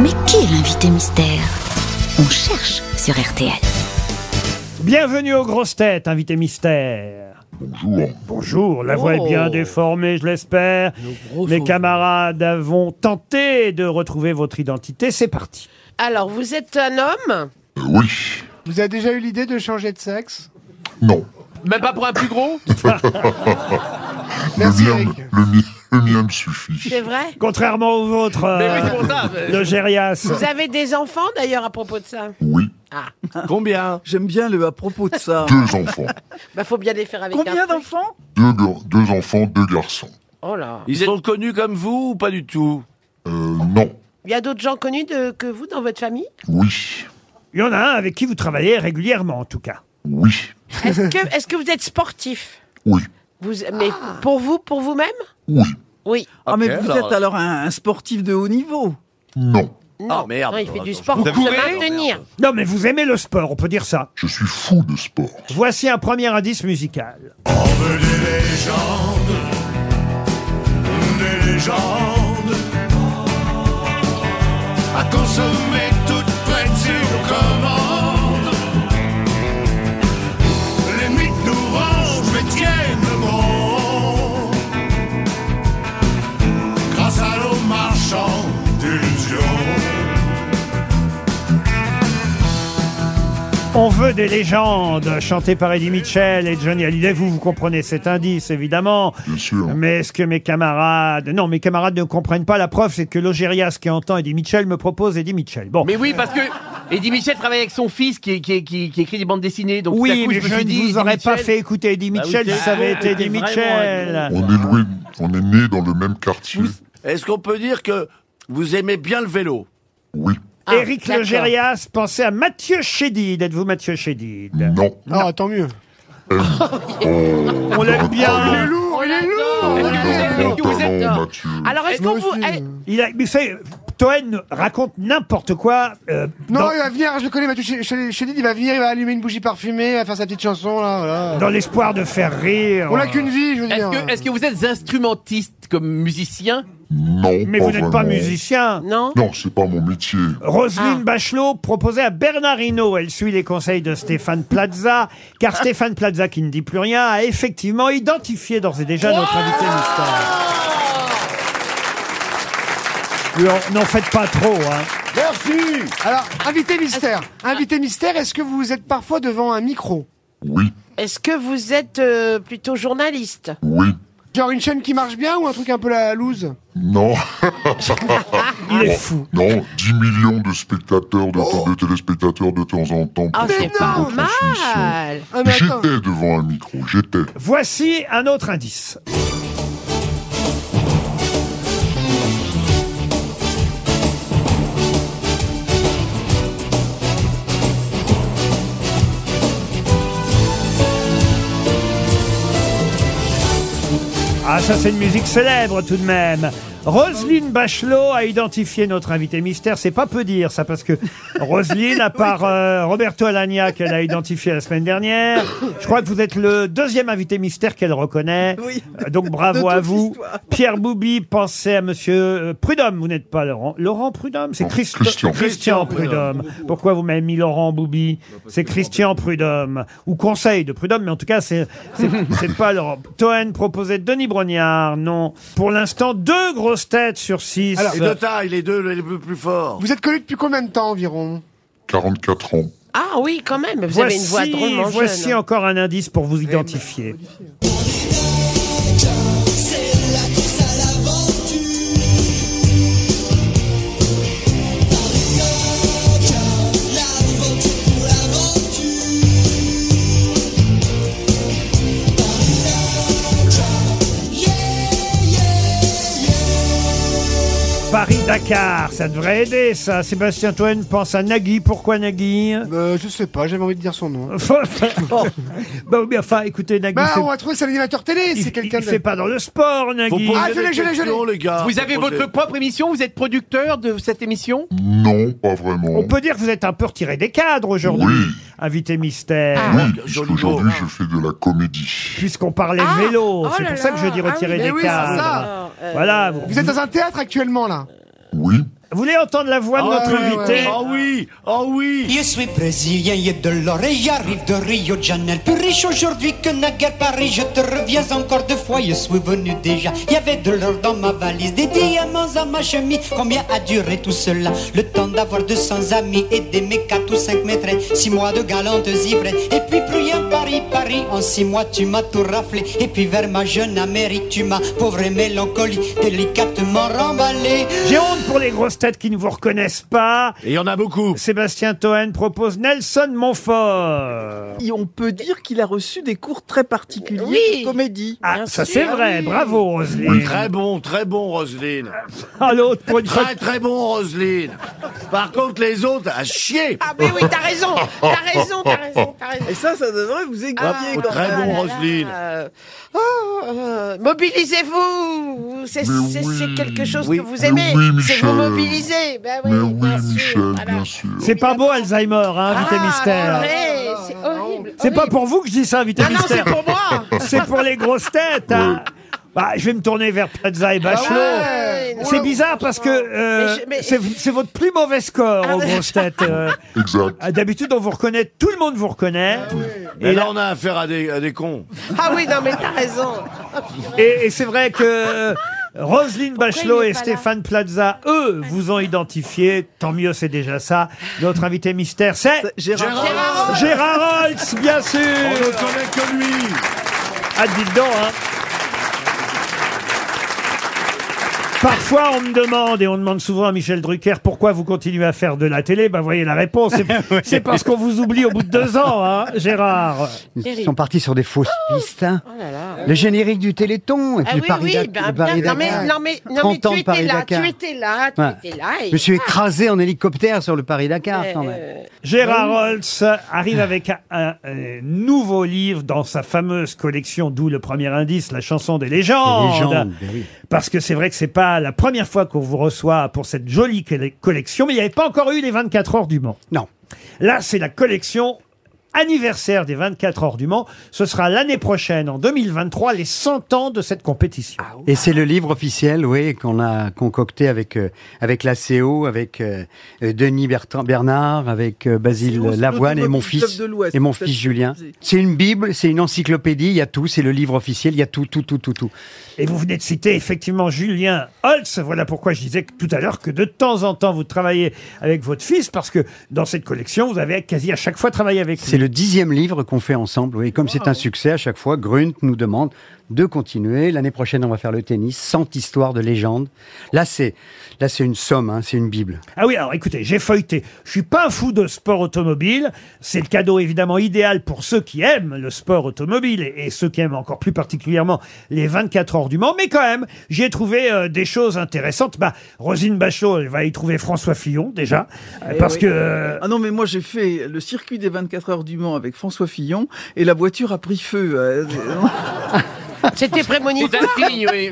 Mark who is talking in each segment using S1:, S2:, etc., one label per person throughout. S1: Mais qui est l'invité mystère On cherche sur RTL.
S2: Bienvenue aux grosses têtes, invité mystère.
S3: Euh,
S2: Bonjour. Bonjour, la voix est bien déformée, je l'espère. Mes camarades avons tenté de retrouver votre identité, c'est parti.
S4: Alors, vous êtes un homme
S3: Oui.
S5: Vous avez déjà eu l'idée de changer de sexe
S3: Non.
S6: Même pas pour un plus gros
S5: Merci
S3: le, mien,
S5: Eric.
S3: me- le, mi- le mien me suffit.
S4: C'est vrai
S2: Contrairement au vôtre,
S6: Mais oui,
S2: euh,
S6: c'est pour ça.
S2: de Gérias.
S4: Vous avez des enfants d'ailleurs à propos de ça
S3: Oui.
S6: Combien
S7: J'aime bien le à propos de ça.
S3: Deux enfants.
S4: Bah faut bien les faire avec un
S7: Combien
S4: truc.
S7: d'enfants
S3: Deux, gar- deux enfants, deux garçons.
S4: Oh là
S6: Ils sont connus comme vous ou pas du tout
S3: Euh, non.
S4: Il y a d'autres gens connus de- que vous dans votre famille
S3: Oui.
S2: Il y en a un avec qui vous travaillez régulièrement, en tout cas.
S3: Oui.
S4: Est-ce que, est que vous êtes sportif
S3: Oui.
S4: vous, Mais pour vous, pour vous-même
S3: Oui.
S4: Oui.
S7: Ah, mais
S6: Ok,
S7: vous
S6: alors-
S7: êtes alors un, un sportif de haut niveau.
S3: Non.
S4: Non,
S6: Ah, merde.
S4: non, il fait du
S6: Attends,
S4: sport
S6: je-
S4: pour
S6: Vous
S4: se
S6: courez
S4: maintenir.
S2: Non, mais vous aimez le sport, on peut dire ça.
S3: Je suis fou de sport.
S2: Voici un premier indice musical.
S8: des légendes à consommer toutes prêtes sur commande. Les mythes nous rangent, mais tiennent bon. Grâce à nos marchands d'illusions.
S2: On veut des légendes, chantées par Eddie Mitchell et Johnny Hallyday. Vous, vous comprenez cet indice, évidemment.
S3: Bien sûr.
S2: Mais est-ce que mes camarades... Non, mes camarades ne comprennent pas. La preuve, c'est que Logérias, qui entend Eddie Mitchell, me propose Eddie Mitchell. Bon.
S6: Mais oui, parce que Eddie Michel travaille avec son fils qui, est- qui, est- qui, qui écrit des bandes dessinées. Donc tout à
S2: oui,
S6: coup,
S2: mais
S6: je, me
S2: je
S6: suis dit,
S2: ne vous
S6: Eddie
S2: aurais pas
S6: Mitchell-
S2: fait écouter Eddie
S6: Bah oui,
S2: Mitchell si
S6: t'es-
S2: ça avait
S6: ah,
S2: été
S6: t'es
S2: Eddie
S6: vraiment
S2: Mitchell.
S3: On est, loué- on est né dans le même quartier.
S9: Est-ce qu'on peut dire que vous aimez bien le vélo
S3: Oui.
S4: Ah,
S2: Éric
S4: d'accord.
S2: Logérias, pensez à Mathieu Chédid. Êtes-vous Mathieu
S6: Mm.
S2: Chédid
S3: Non. Euh,
S5: Ah, tant mieux.
S2: On l'aime bien.
S4: Oh, il est lourd,
S3: Il
S4: il est
S3: a un
S4: lourd.
S3: grand talent,
S6: adore.
S3: Mathieu.
S4: Alors est-ce qu'on
S5: Moi
S4: vous...
S5: aussi,
S4: eh,
S5: euh.
S2: Il a, mais c'est- Toen raconte n'importe quoi. euh,
S5: Non,
S2: dans-
S5: il va venir, je le connais, Mathieu Ch- Ch- Chédid, il va venir, il va allumer une bougie parfumée, il va faire sa petite chanson, là, voilà.
S2: dans l'espoir de faire rire.
S5: On n'a qu'une vie, je veux
S6: Est-ce
S5: dire.
S6: que, est-ce que vous êtes instrumentiste comme musicien
S3: Non.
S2: Mais
S6: Oh, bah
S2: vous n'êtes pas
S3: vraiment.
S2: musicien.
S4: Non
S3: Non, c'est pas mon métier.
S2: Roselyne
S4: Ah.
S2: Bachelot proposait à Bernard Hinault, elle suit les conseils de Stéphane Plaza, car Stéphane Plaza, qui ne dit plus rien, a effectivement identifié d'ores et déjà notre invité mystère. Oui, on- N'en faites pas trop, hein.
S9: Merci
S5: Alors, invité mystère. Invité mystère, est-ce que vous êtes parfois devant un micro
S3: Oui.
S4: Est-ce que vous êtes euh, plutôt journaliste
S3: Oui.
S5: Genre une chaîne qui marche bien ou un truc un peu la loose
S3: Non.
S2: Il est
S3: Bon,
S2: fou.
S3: Non, 10 millions de spectateurs, de, de téléspectateurs de temps en temps pour
S4: Ah c'est
S3: certaines retransmissions.
S4: normal
S5: Ah, mais attends.
S3: J'étais devant un micro, j'étais.
S2: Voici un autre indice. Ah, ça, c'est une musique célèbre tout de même. Roselyne Bachelot a identifié notre invité mystère. C'est pas peu dire, ça, parce que Roselyne, à part euh, Roberto Alagna qu'elle a identifié la semaine dernière, je crois que vous êtes le deuxième invité mystère qu'elle reconnaît.
S7: Oui.
S2: Euh, Donc bravo
S7: De
S2: à
S7: toute
S2: vous.
S7: l'histoire.
S2: Pierre Boubi, pensez à monsieur euh, Prudhomme. Vous n'êtes pas Laurent. Laurent Prudhomme, c'est
S3: Non,
S2: Christo-
S3: Christian.
S2: Christian Prudhomme. Pourquoi vous m'avez mis Laurent Boubi C'est Christian Prudhomme. Ou conseil de Prudhomme, mais en tout cas, c'est c'est- c'est pas Laurent. Toen proposait Denis Brognard. Non. Pour l'instant, deux grosses têtes sur six.
S9: Et de taille, les deux les plus, plus forts.
S5: Vous êtes connu depuis combien de temps environ
S3: 44 ans.
S4: Ah oui, quand même, vous avez une voix drôlement
S2: voici
S4: jeune. hein. bah,
S2: encore un indice pour vous identifier. Paris-Dakar, ça devrait aider ça. Sébastien Toen pense à Nagui. Pourquoi Nagui
S5: Euh, je sais pas, j'avais envie de dire son nom.
S2: Bon. Bah, mais enfin, écoutez, Nagui,
S5: Bah,
S2: c'est-
S5: on va trouver, c'est l'animateur télé,
S2: il,
S5: c'est quelqu'un
S2: il fait
S5: de...
S2: pas dans le sport,
S9: Faut
S2: Nagui.
S9: poser
S5: Ah, je
S9: des
S5: l'ai, je l'ai, je
S9: questions, les gars.
S6: Vous avez
S9: Faut poser-
S6: votre propre émission Vous êtes producteur de cette émission
S3: Non, pas vraiment.
S2: On peut dire que vous êtes un peu retiré des cadres aujourd'hui,
S3: Oui.
S2: invité mystère.
S3: Oui,
S9: Ah, joli
S3: puisqu'aujourd'hui
S9: mot.
S3: je fais de la comédie.
S2: Puisqu'on parlait
S4: Ah,
S2: vélo,
S4: oh
S2: c'est
S4: là
S2: pour ça que je
S4: là,
S2: dis
S4: ah oui,
S2: retirer
S4: mais
S2: des
S5: oui, c'est
S2: cadres.
S5: ça.
S4: Alors, euh,
S2: Voilà, vous,
S5: Vous êtes dans un théâtre actuellement, là
S3: Oui,
S2: Vous voulez entendre la voix de
S9: Ah
S2: notre
S9: ouais, ouais,
S2: invité
S9: ouais. Ah oui, ah oui.
S10: Je suis brésilien et de l'oreille arrive de Rio de Janeiro. Plus riche aujourd'hui que naguère Paris, je te reviens encore deux fois, je suis venu déjà. Il y avait de l'or dans ma valise, des diamants à ma chemise. Combien a duré tout cela Le temps d'avoir 200 amis et d'aimer 4 ou 5 maîtresses. 6 mois de galantes ivrées. Et puis plus rien Paris, Paris. En 6 mois, tu m'as tout raflé. Et puis vers ma jeune Amérique, tu m'as, pauvre et mélancolie, délicatement remballé.
S2: J'ai honte pour les grosses têtes qui ne vous reconnaissent pas.
S9: Et il y en a beaucoup.
S2: Sébastien Toen propose Nelson Montfort.
S7: Et on peut dire qu'il a reçu des cours très particuliers
S4: Oui.
S7: de comédie.
S2: Ah,
S4: Bien
S2: ça
S4: sûr.
S2: c'est vrai, bravo Roselyne.
S9: Oui, Très bon, très bon, Roselyne.
S2: Ah l'autre pour une fois.
S9: Très, très bon, Roselyne. Par contre, les autres, à chier.
S4: Ah, mais oui, t'as raison, t'as raison, t'as raison, t'as raison. Ah, oh
S7: Et ça, ça devrait vous aiguiller.
S9: bravo,
S7: quand
S9: très
S7: même.
S9: bon.
S4: là là,
S9: Roselyne.
S4: euh, oh, euh, mobilisez-vous C'est
S3: Mais
S4: c'est-
S3: oui.
S4: c'est quelque chose
S3: Oui.
S4: que vous
S3: Mais
S4: aimez.
S3: oui,
S4: c'est vous
S3: Michel.
S4: mobiliser. Ben oui,
S3: Mais oui,
S4: bien sûr,
S3: Michel,
S4: voilà.
S3: bien sûr.
S2: C'est pas beau Alzheimer, hein, invité
S4: Ah,
S2: mystère.
S4: purée, C'est
S7: Ah,
S4: horrible.
S2: C'est pas
S4: horrible.
S2: pour vous que je dis ça, invité
S4: Ah non, c'est
S2: mystère.
S4: pour moi.
S2: C'est pour les grosses têtes. hein. Bah, je vais me tourner vers Plaza et Bachelot.
S4: Ah ouais.
S2: C'est bizarre parce que euh,
S4: Mais je- mais-
S2: c'est c'est votre plus mauvais score
S4: Ah
S2: aux
S4: ouais.
S2: grosses têtes. euh.
S3: Exact.
S2: Ah, D'habitude, on vous reconnaît, tout le monde vous reconnaît.
S9: Et là, on a affaire à des, à des cons.
S4: Ah oui, non, mais t'as raison.
S2: Et, et c'est vrai que euh, Roselyne Bachelot
S4: il est
S2: et
S4: pas là
S2: Stéphane Plaza, eux, vous ont identifié. Tant mieux, c'est déjà ça. Notre invité mystère, c'est
S7: Gérard,
S2: Gérard Holtz, bien sûr.
S9: On ne connaît que lui.
S2: Ah, dites donc, hein. Parfois, on me demande, et on demande souvent à Michel Drucker, pourquoi vous continuez à faire de la télé Ben, voyez la réponse. c'est- C'est parce qu'on vous oublie au bout de deux ans, hein, Gérard.
S4: Terrible.
S11: Ils sont partis sur des fausses pistes. hein.
S4: Oh là là.
S11: Le générique du Téléthon et
S4: Ah
S11: puis
S4: oui,
S11: Paris
S4: oui,
S11: Dac-
S4: ben,
S11: le Paris
S4: bien, non, mais,
S11: Dakar.
S4: non, mais, non,
S11: 30
S4: mais
S11: ans
S4: tu
S11: de
S4: étais là,
S11: Paris-Dakar.
S4: tu étais là, tu
S11: Ouais.
S4: étais là. et- Ah,
S11: Je me suis écrasé en hélicoptère sur le Paris Dakar
S4: Euh,
S11: quand même.
S2: Gérard Holtz arrive avec un, un- un nouveau livre dans sa fameuse collection, d'où le premier indice, la chanson des légendes. ben Parce que c'est vrai que c'est pas la première fois qu'on vous reçoit pour cette jolie colle- collection, mais il n'y avait pas encore eu les 24 heures du Mans.
S11: Non.
S2: Là, c'est la collection anniversaire des 24 heures du Mans. Ce sera l'année prochaine, en 2023, les 100 ans de cette compétition.
S11: Et c'est le livre officiel, oui, qu'on a concocté avec euh, avec la CO, avec euh, euh, Denis Bertrand, Bernard, avec euh, Basile
S7: CO, c'est
S11: Lavoine et mon
S7: l'Automobile
S11: fils
S7: Club de l'Ouest,
S11: et mon
S7: peut-être
S11: fils
S7: que
S11: Julien.
S7: vous avez-
S11: C'est une bible, c'est une encyclopédie, il y a tout, c'est le livre officiel, il y a tout, tout, tout, tout, tout.
S2: Et vous venez de citer effectivement Julien Holtz. Voilà pourquoi je disais que- tout à l'heure que de temps en temps vous travaillez avec votre fils parce que dans cette collection vous avez quasi à chaque fois travaillé avec
S11: C'est
S2: lui.
S11: le dixième livre qu'on fait ensemble. Oui. Et Comme c'est un succès, à chaque fois, Grunt nous demande de continuer. L'année prochaine, on va faire le tennis, 100 histoires de légendes. Là, c'est là, c'est une somme, hein, c'est une bible.
S2: Ah oui, alors écoutez, j'ai feuilleté. Je suis pas un fou de sport automobile. C'est le cadeau évidemment idéal pour ceux qui aiment le sport automobile et, et ceux qui aiment encore plus particulièrement les 24 heures du Mans. Mais quand même, j'ai trouvé euh, des choses intéressantes. Bah, Rosine Bachelot elle va y trouver François Fillon déjà euh,
S7: Eh
S2: parce
S7: oui.
S2: que euh,
S7: Ah non, mais moi j'ai fait le circuit des 24 heures du Mans avec François Fillon et la voiture a pris feu. Euh,
S4: C'était
S6: C'est
S4: prémonitoire.
S6: un signe, oui.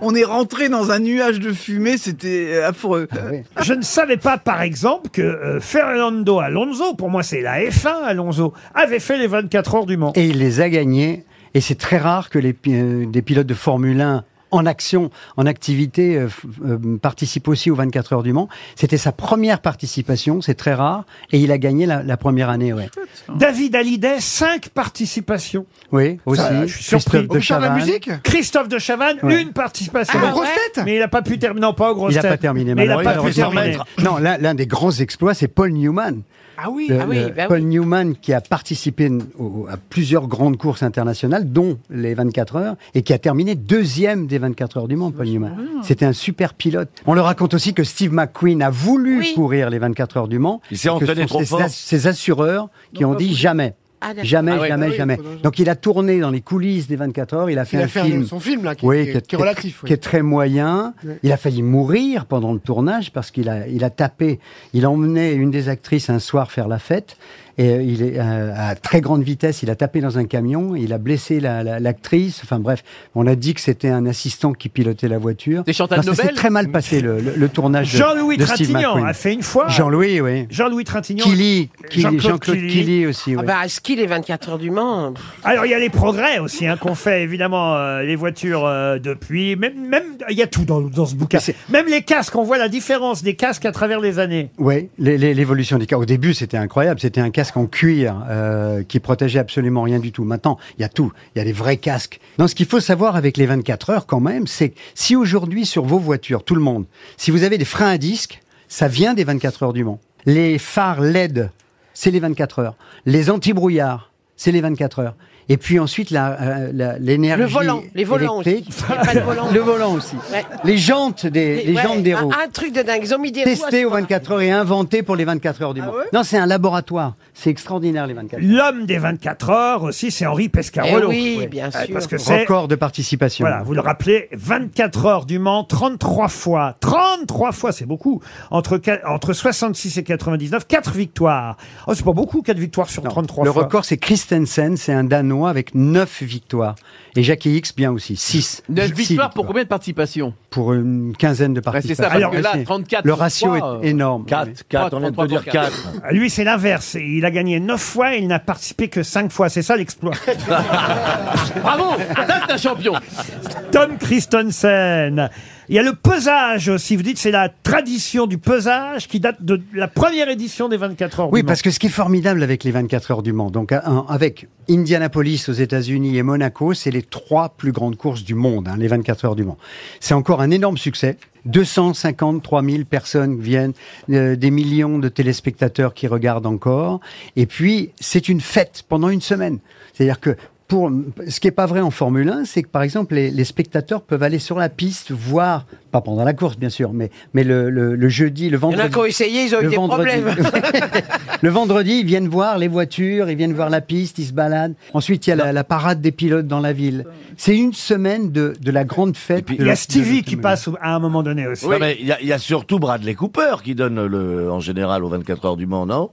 S7: On est rentré dans un nuage de fumée, c'était euh, affreux.
S11: Ah
S2: Je ne savais pas, par exemple, que euh, Fernando Alonso, pour moi c'est la F1 Alonso, avait fait les 24 heures du Mans.
S11: Et il les a gagnés. Et c'est très rare que les, pi- euh, des pilotes de Formule 1 en action, en activité, euh, f- euh, participent aussi aux 24 heures du Mans. C'était sa première participation, c'est très rare. Et il a gagné la, la première année, ouais.
S2: David Hallyday, 5 participations.
S11: Oui, aussi.
S2: je suis surpris.
S11: Christophe de
S5: Au char de la
S11: Chavannes.
S5: musique
S2: Christophe de Chavannes,
S11: Ouais. Ah,
S2: une participation.
S5: Aux grosses têtes
S2: Mais il n'a pas pu terminer. Non, pas au gros
S11: Il n'a pas terminé,
S2: Mais il n'a pas
S11: malheureusement.
S2: pu
S9: Il va remettre.
S2: terminer.
S11: Non, l'un l'un des grands exploits, c'est Paul Newman.
S5: Ah oui
S11: Le-
S4: ah oui,
S11: le-
S4: bah oui.
S11: Paul Newman qui a participé n- au- à plusieurs grandes courses internationales, dont les 24 heures, et qui a terminé deuxième des 24 heures du Mans, Paul Newman. C'était un super pilote. On le raconte aussi que Steve McQueen a voulu
S4: Oui.
S11: courir les 24 heures du Mans.
S9: Il s'est
S11: et que
S9: entraîné
S11: ce sont
S9: trop
S11: ses,
S9: fort.
S11: as- ses assureurs qui ont dit jamais.
S4: Ah, d'accord.
S11: Jamais,
S6: Ah ouais.
S11: jamais,
S5: Ah oui,
S11: jamais.
S5: faudra jamais.
S11: Donc il a tourné dans les coulisses des 24 heures, il a fait
S5: Il
S11: un
S5: a fait un-
S11: film
S5: son film, là, qui,
S11: oui,
S5: qui-
S11: qui est,
S5: qui est relatif. oui.
S11: qui est très moyen.
S5: Ouais.
S11: Il a failli mourir pendant le tournage parce qu'il a, il a tapé. Il a emmené une des actrices un soir faire la fête Et euh, il est euh, à très grande vitesse, il a tapé dans un camion, il a blessé la- la- l'actrice. enfin bref, on a dit que c'était un assistant qui pilotait la voiture.
S6: Des Chantal
S11: Non, ça s'est
S6: Nobel
S11: très mal passé le, le- le tournage. de-
S2: Jean-Louis
S11: de Steve
S2: Trintignant
S11: McQueen.
S2: a fait une fois.
S11: Jean-Louis, oui.
S2: Jean-Louis Trintignant.
S11: Killy, Killy,
S2: Jean-Claude
S11: Jean-Claude
S2: Killy.
S11: Killy aussi.
S2: Ah
S11: ouais.
S2: bah,
S4: Ah, ce qu'il est 24 heures du Mans. pff.
S2: Alors il y a les progrès aussi hein, qu'on fait évidemment euh, les voitures euh, depuis même même il y a tout dans, dans ce bouquin. Même les casques, on voit la différence des casques à travers les années.
S11: Oui, les- les- l'évolution des casques. Au début, c'était incroyable. C'était un casque en cuir euh, qui protégeait absolument rien du tout. Maintenant, il y a tout. Il y a les vrais casques. Non, ce qu'il faut savoir avec les 24 heures, quand même, c'est que si aujourd'hui, sur vos voitures, tout le monde, si vous avez des freins à disque, ça vient des 24 heures du Mans. Les phares LED, c'est les 24 heures. Les anti-brouillards, c'est les 24 heures. Et puis ensuite, la- euh, la- l'énergie.
S4: Le volant, les volants aussi.
S11: électrique.
S4: Il y a pas de volant.
S11: Le volant aussi.
S4: Ouais.
S11: Les jantes des, les
S4: Ouais, Ah,
S11: jantes des
S4: un-
S11: roues
S4: Un truc de dingue. Ils ont mis des roues à
S11: testé aux 24 heures et inventé pour les 24 heures du
S6: Ah
S11: monde. non, c'est un laboratoire. C'est extraordinaire, les 24 heures.
S2: L'homme des 24 heures aussi, c'est Henri Pescarolo.
S4: Eh oui, bien sûr.
S2: Parce que c'est
S11: Record de participation.
S2: Voilà, vous le rappelez, 24 heures du Mans, 33 fois, 33 fois, c'est beaucoup, entre, qua- entre 66 et 99, 4 victoires. Oh, c'est pas beaucoup, 4 victoires sur 33
S11: Le
S2: fois.
S11: record, c'est Christensen, c'est un Danois avec 9 victoires. Et Jackie X, bien aussi, 6.
S6: 9 victoires pour combien de participations
S11: Pour une quinzaine de
S6: Ouais, c'est
S11: participations.
S6: ça, parce que là, 34
S11: le ratio
S6: fois, euh,
S11: est énorme.
S6: quatre, quatre, on vient de te dire quatre.
S2: Ah, Lui, c'est l'inverse. Il a gagné 9 fois et il n'a participé que 5 fois. C'est ça l'exploit.
S6: Bravo Ça, c'est un champion
S2: Tom Christensen. Il y a le pesage aussi. Vous dites, c'est la tradition du pesage qui date de la première édition des 24 heures
S11: Oui,
S2: du Mans.
S11: parce que ce qui est formidable avec les 24 heures du Mans, donc à- un- avec Indianapolis aux États-Unis et Monaco, c'est les trois plus grandes courses du monde, hein, les 24 heures du Mans. C'est encore un énorme succès. 253 000 personnes viennent, euh, des millions de téléspectateurs qui regardent encore. Et puis, c'est une fête pendant une semaine. C'est-à-dire que pour, ce qui n'est pas vrai en Formule 1, c'est que par exemple, les, les spectateurs peuvent aller sur la piste, voir, pas pendant la course bien sûr, mais, mais le, le- le jeudi,
S4: Il y
S11: le
S4: en
S11: vendredi.
S4: a qui ont essayé, ils ont eu
S11: Le
S4: des
S11: vendredi.
S4: problèmes.
S11: Le vendredi, ils viennent voir les voitures, ils viennent voir la piste, ils se baladent. Ensuite, il y a la, la parade des pilotes dans la ville. C'est une semaine de, de la grande fête. de
S2: Il y
S11: la-
S2: a
S11: de
S2: Stevie qui
S11: l'automobile.
S2: passe au- à un moment donné aussi.
S9: Non, mais il y, a- il y a surtout Bradley Cooper qui donne le, en général aux 24 heures du Mans, non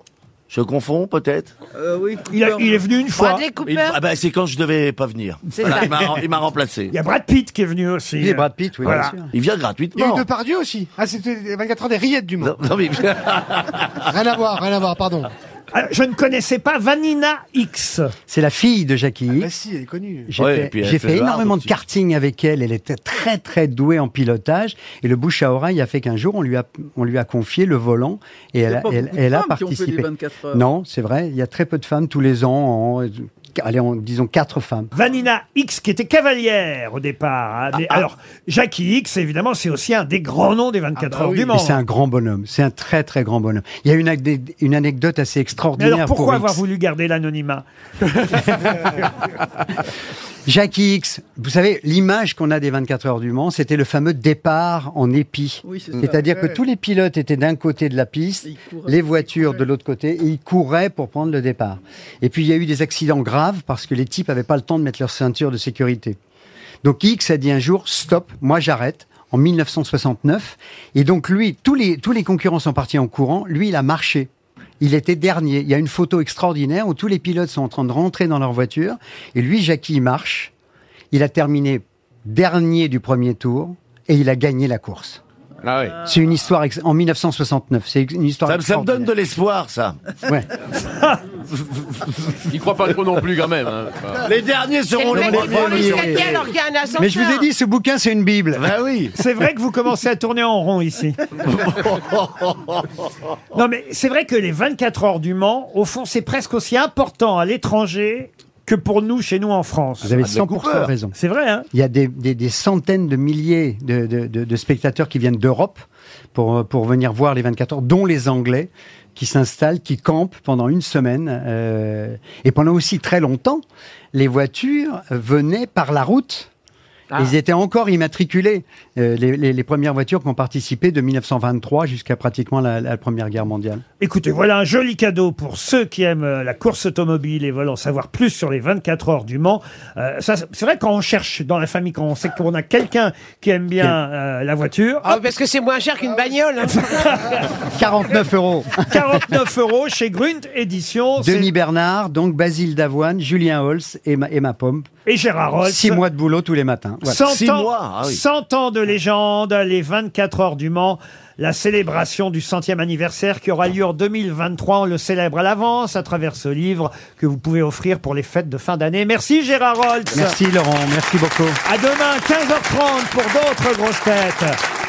S9: Je confonds peut-être
S7: Euh, oui,
S2: Il, a-
S7: Cooper.
S2: il est venu une fois.
S4: Bradley Cooper.
S9: Il- ah ben, C'est quand je devais pas venir.
S4: C'est
S9: Voilà,
S4: ça.
S9: il m'a rem- il m'a remplacé.
S2: Il y a Brad Pitt qui est venu aussi.
S11: Il est Brad Pitt, oui,
S2: Voilà.
S11: bien sûr.
S9: Il vient
S5: Il y a eu
S9: gratuitement.
S5: Depardieu aussi. Ah, c'était les 24 heures des rillettes du monde.
S9: Non, non, mais-
S6: Ah,
S5: Rien à voir, rien à voir, pardon.
S2: Alors, Ah, je ne connaissais pas Vanina X.
S11: C'est la fille de Jackie.
S5: Bah si, elle est connue.
S11: J'ai
S9: Ouais, et
S11: fait,
S9: puis elle
S11: j'ai
S9: fait
S11: fait
S9: le hard
S11: énormément de
S9: aussi.
S11: karting avec elle. Elle était très très douée en pilotage et le bouche à oreille a fait qu'un jour on lui a on lui a confié le volant et
S7: y a
S11: elle,
S7: pas
S11: elle,
S7: beaucoup de
S11: elle a
S7: femmes qui ont fait
S11: participé.
S7: les 24 heures.
S11: Non, c'est vrai. Il y a très peu de femmes tous les ans. En, allez, en- disons quatre femmes.
S2: Vanina X, qui était cavalière au départ. hein.
S11: Ah,
S2: Mais alors, Jackie X, évidemment, c'est aussi un des grands noms des hein. 24 heures du
S11: bah Mais
S2: Mans.
S11: c'est un grand bonhomme, c'est un très très grand bonhomme. Il y a une, acd- une anecdote assez
S2: Mais
S11: extraordinaire
S2: alors, pourquoi
S11: pour
S2: avoir
S11: X.
S2: voulu garder l'anonymat
S11: Jackie X, vous savez, l'image qu'on a des 24 heures du Mans, c'était le fameux départ en épi.
S7: Oui, c'est ça.
S11: C'est-à-dire que tous les pilotes étaient d'un côté de la piste,
S7: Et ils couraient.
S11: les voitures de l'autre côté, et ils couraient pour prendre le départ. Et puis il y a eu des accidents graves parce que les types n'avaient pas le temps de mettre leur ceinture de sécurité. Donc X a dit un jour, stop, moi j'arrête, en 1969. Et donc lui, tous les, tous les concurrents sont partis en courant, lui il a marché. Il était dernier. Il y a une photo extraordinaire où tous les pilotes sont en train de rentrer dans leur voiture. Et lui, Jackie, il marche. Il a terminé dernier du premier tour et il a gagné la course.
S6: Ah ouais.
S11: C'est une histoire ex- en 1969. C'est une histoire.
S9: ça, me- ça me donne de l'espoir, ça.
S11: Ouais.
S6: Il croit pas trop non plus quand même. hein.
S9: Les derniers
S4: C'est
S9: seront
S4: le
S9: les
S4: mec qui prend
S9: premiers.
S11: les-
S4: le
S11: les-
S4: escalier alors qu'il y a un ascenseur.
S11: Mais je vous ai dit, ce bouquin, c'est une bible.
S9: Ben oui.
S2: C'est vrai que vous commencez à tourner en rond ici. non, mais c'est vrai que les 24 heures du Mans, au fond, c'est presque aussi important à l'étranger que pour nous, chez nous, en France.
S11: Vous avez
S9: Bradley
S11: 100%
S9: Cooper.
S11: raison.
S2: C'est vrai, hein
S11: Il y a des, des- des centaines de milliers de, de- de- de spectateurs qui viennent d'Europe pour, euh, pour venir voir les 24 heures, dont les Anglais, qui s'installent, qui campent pendant une semaine. euh, et pendant aussi très longtemps, les voitures venaient par la route. Et ils étaient encore immatriculés, euh, les, les- les premières voitures qui ont participé de 1923 jusqu'à pratiquement la- la Première Guerre mondiale.
S2: Écoutez, voilà un joli cadeau pour ceux qui aiment euh, la course automobile et veulent en savoir plus sur les 24 heures du Mans. Euh, ça, c'est vrai quand on cherche dans la famille, quand on sait qu'on a quelqu'un qui aime bien euh, la voiture.
S4: Ah, parce que c'est moins cher qu'une bagnole.
S11: Ah
S4: hein.
S11: 49 euros.
S2: 49 euros chez Grunt Édition.
S11: Denis Bernard, donc Basile Davoine, Julien Holz et ma, et ma pompe.
S2: Et Gérard Holz.
S11: Six mois de boulot tous les matins. Voilà.
S2: 100 ans,
S11: ah
S2: 100 ans de légende, les 24 heures du Mans, la célébration du centième anniversaire qui aura lieu en 2023. On le célèbre à l'avance à travers ce livre que vous pouvez offrir pour les fêtes de fin d'année. Merci Gérard Holtz.
S11: Merci Laurent, merci beaucoup.
S2: À demain, 15h30 pour d'autres grosses têtes.